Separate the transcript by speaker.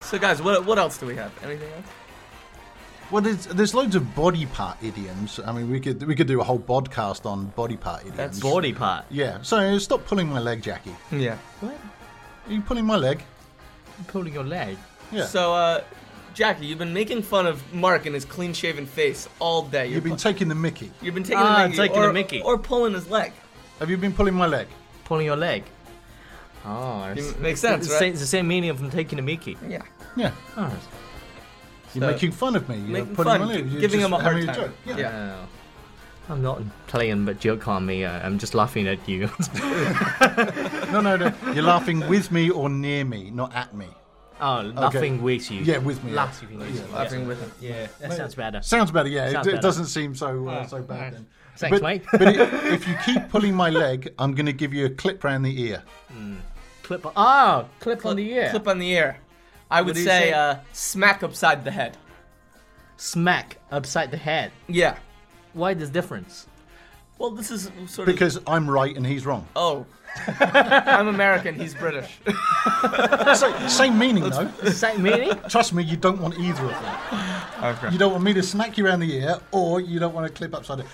Speaker 1: So, guys, what, what else do we have? Anything else?
Speaker 2: Well, there's, there's loads of body part idioms. I mean, we could we could do a whole podcast on body part idioms.
Speaker 1: That's-
Speaker 3: Body part.
Speaker 2: yeah. So stop pulling my leg, Jackie.
Speaker 1: Yeah.
Speaker 3: What?
Speaker 2: Are you pulling my leg?
Speaker 3: Pulling your leg.
Speaker 2: Yeah.
Speaker 1: So, uh, Jackie, you've been making fun of Mark and his clean-shaven face all day. You're
Speaker 2: You've been
Speaker 1: pu-
Speaker 2: taking the Mickey.
Speaker 1: you've been taking
Speaker 3: Ah,
Speaker 1: the Mickey,
Speaker 3: taking the
Speaker 1: or,
Speaker 3: Mickey.
Speaker 1: or pulling his leg.
Speaker 2: Have you been pulling my leg?
Speaker 3: Pulling your leg. Oh, I
Speaker 1: You-
Speaker 3: see.
Speaker 1: makes sense,
Speaker 3: It's the
Speaker 1: right?
Speaker 3: same- It's the same meaning of taking a Mickey.
Speaker 1: Yeah.
Speaker 2: Yeah.
Speaker 3: Oh,
Speaker 2: You're
Speaker 1: So-
Speaker 2: making fun of me. You're
Speaker 1: Making
Speaker 2: pulling
Speaker 1: fun,
Speaker 2: my leg.
Speaker 1: gi-
Speaker 2: You're
Speaker 1: giving
Speaker 2: just
Speaker 1: him a hard
Speaker 2: having
Speaker 1: time.
Speaker 2: joke. Yeah.
Speaker 3: yeah. Oh. I'm not playing but joke on me. Uh, I'm just laughing at you.
Speaker 2: No, no, no. You're laughing with me or near me, not at me.
Speaker 3: oh, laughing with you.
Speaker 2: Yeah, with me.
Speaker 3: Laugh you with
Speaker 2: Yeah,
Speaker 3: you.
Speaker 1: Laughing with him.
Speaker 3: Yeah, that sounds better.
Speaker 2: Sounds better, yeah.
Speaker 3: Sounds
Speaker 2: it,
Speaker 3: better.
Speaker 2: it doesn't seem so
Speaker 1: Ah,
Speaker 2: uh, so bad then.
Speaker 3: Thanks,
Speaker 2: but,
Speaker 3: mate.
Speaker 2: but i- if you keep pulling my leg, I'm going to give you a clip round the ear.
Speaker 3: Clip on. Oh, clip
Speaker 1: Clip-
Speaker 3: on the ear.
Speaker 1: Clip on the ear. I would
Speaker 3: do you
Speaker 1: say,
Speaker 3: say?
Speaker 1: Uh, smack upside the head.
Speaker 3: Smack upside the head.
Speaker 1: Yeah.
Speaker 3: Why this difference?
Speaker 1: Well, this is sort of.
Speaker 2: Because I'm right and he's wrong.
Speaker 1: Oh. I'm American, he's British.
Speaker 2: So, same meaning, though.
Speaker 3: Same meaning?
Speaker 2: Trust me, you don't want either of them.
Speaker 1: Okay.
Speaker 2: You don't want me to smack you around the ear, or you don't want to clip upside it.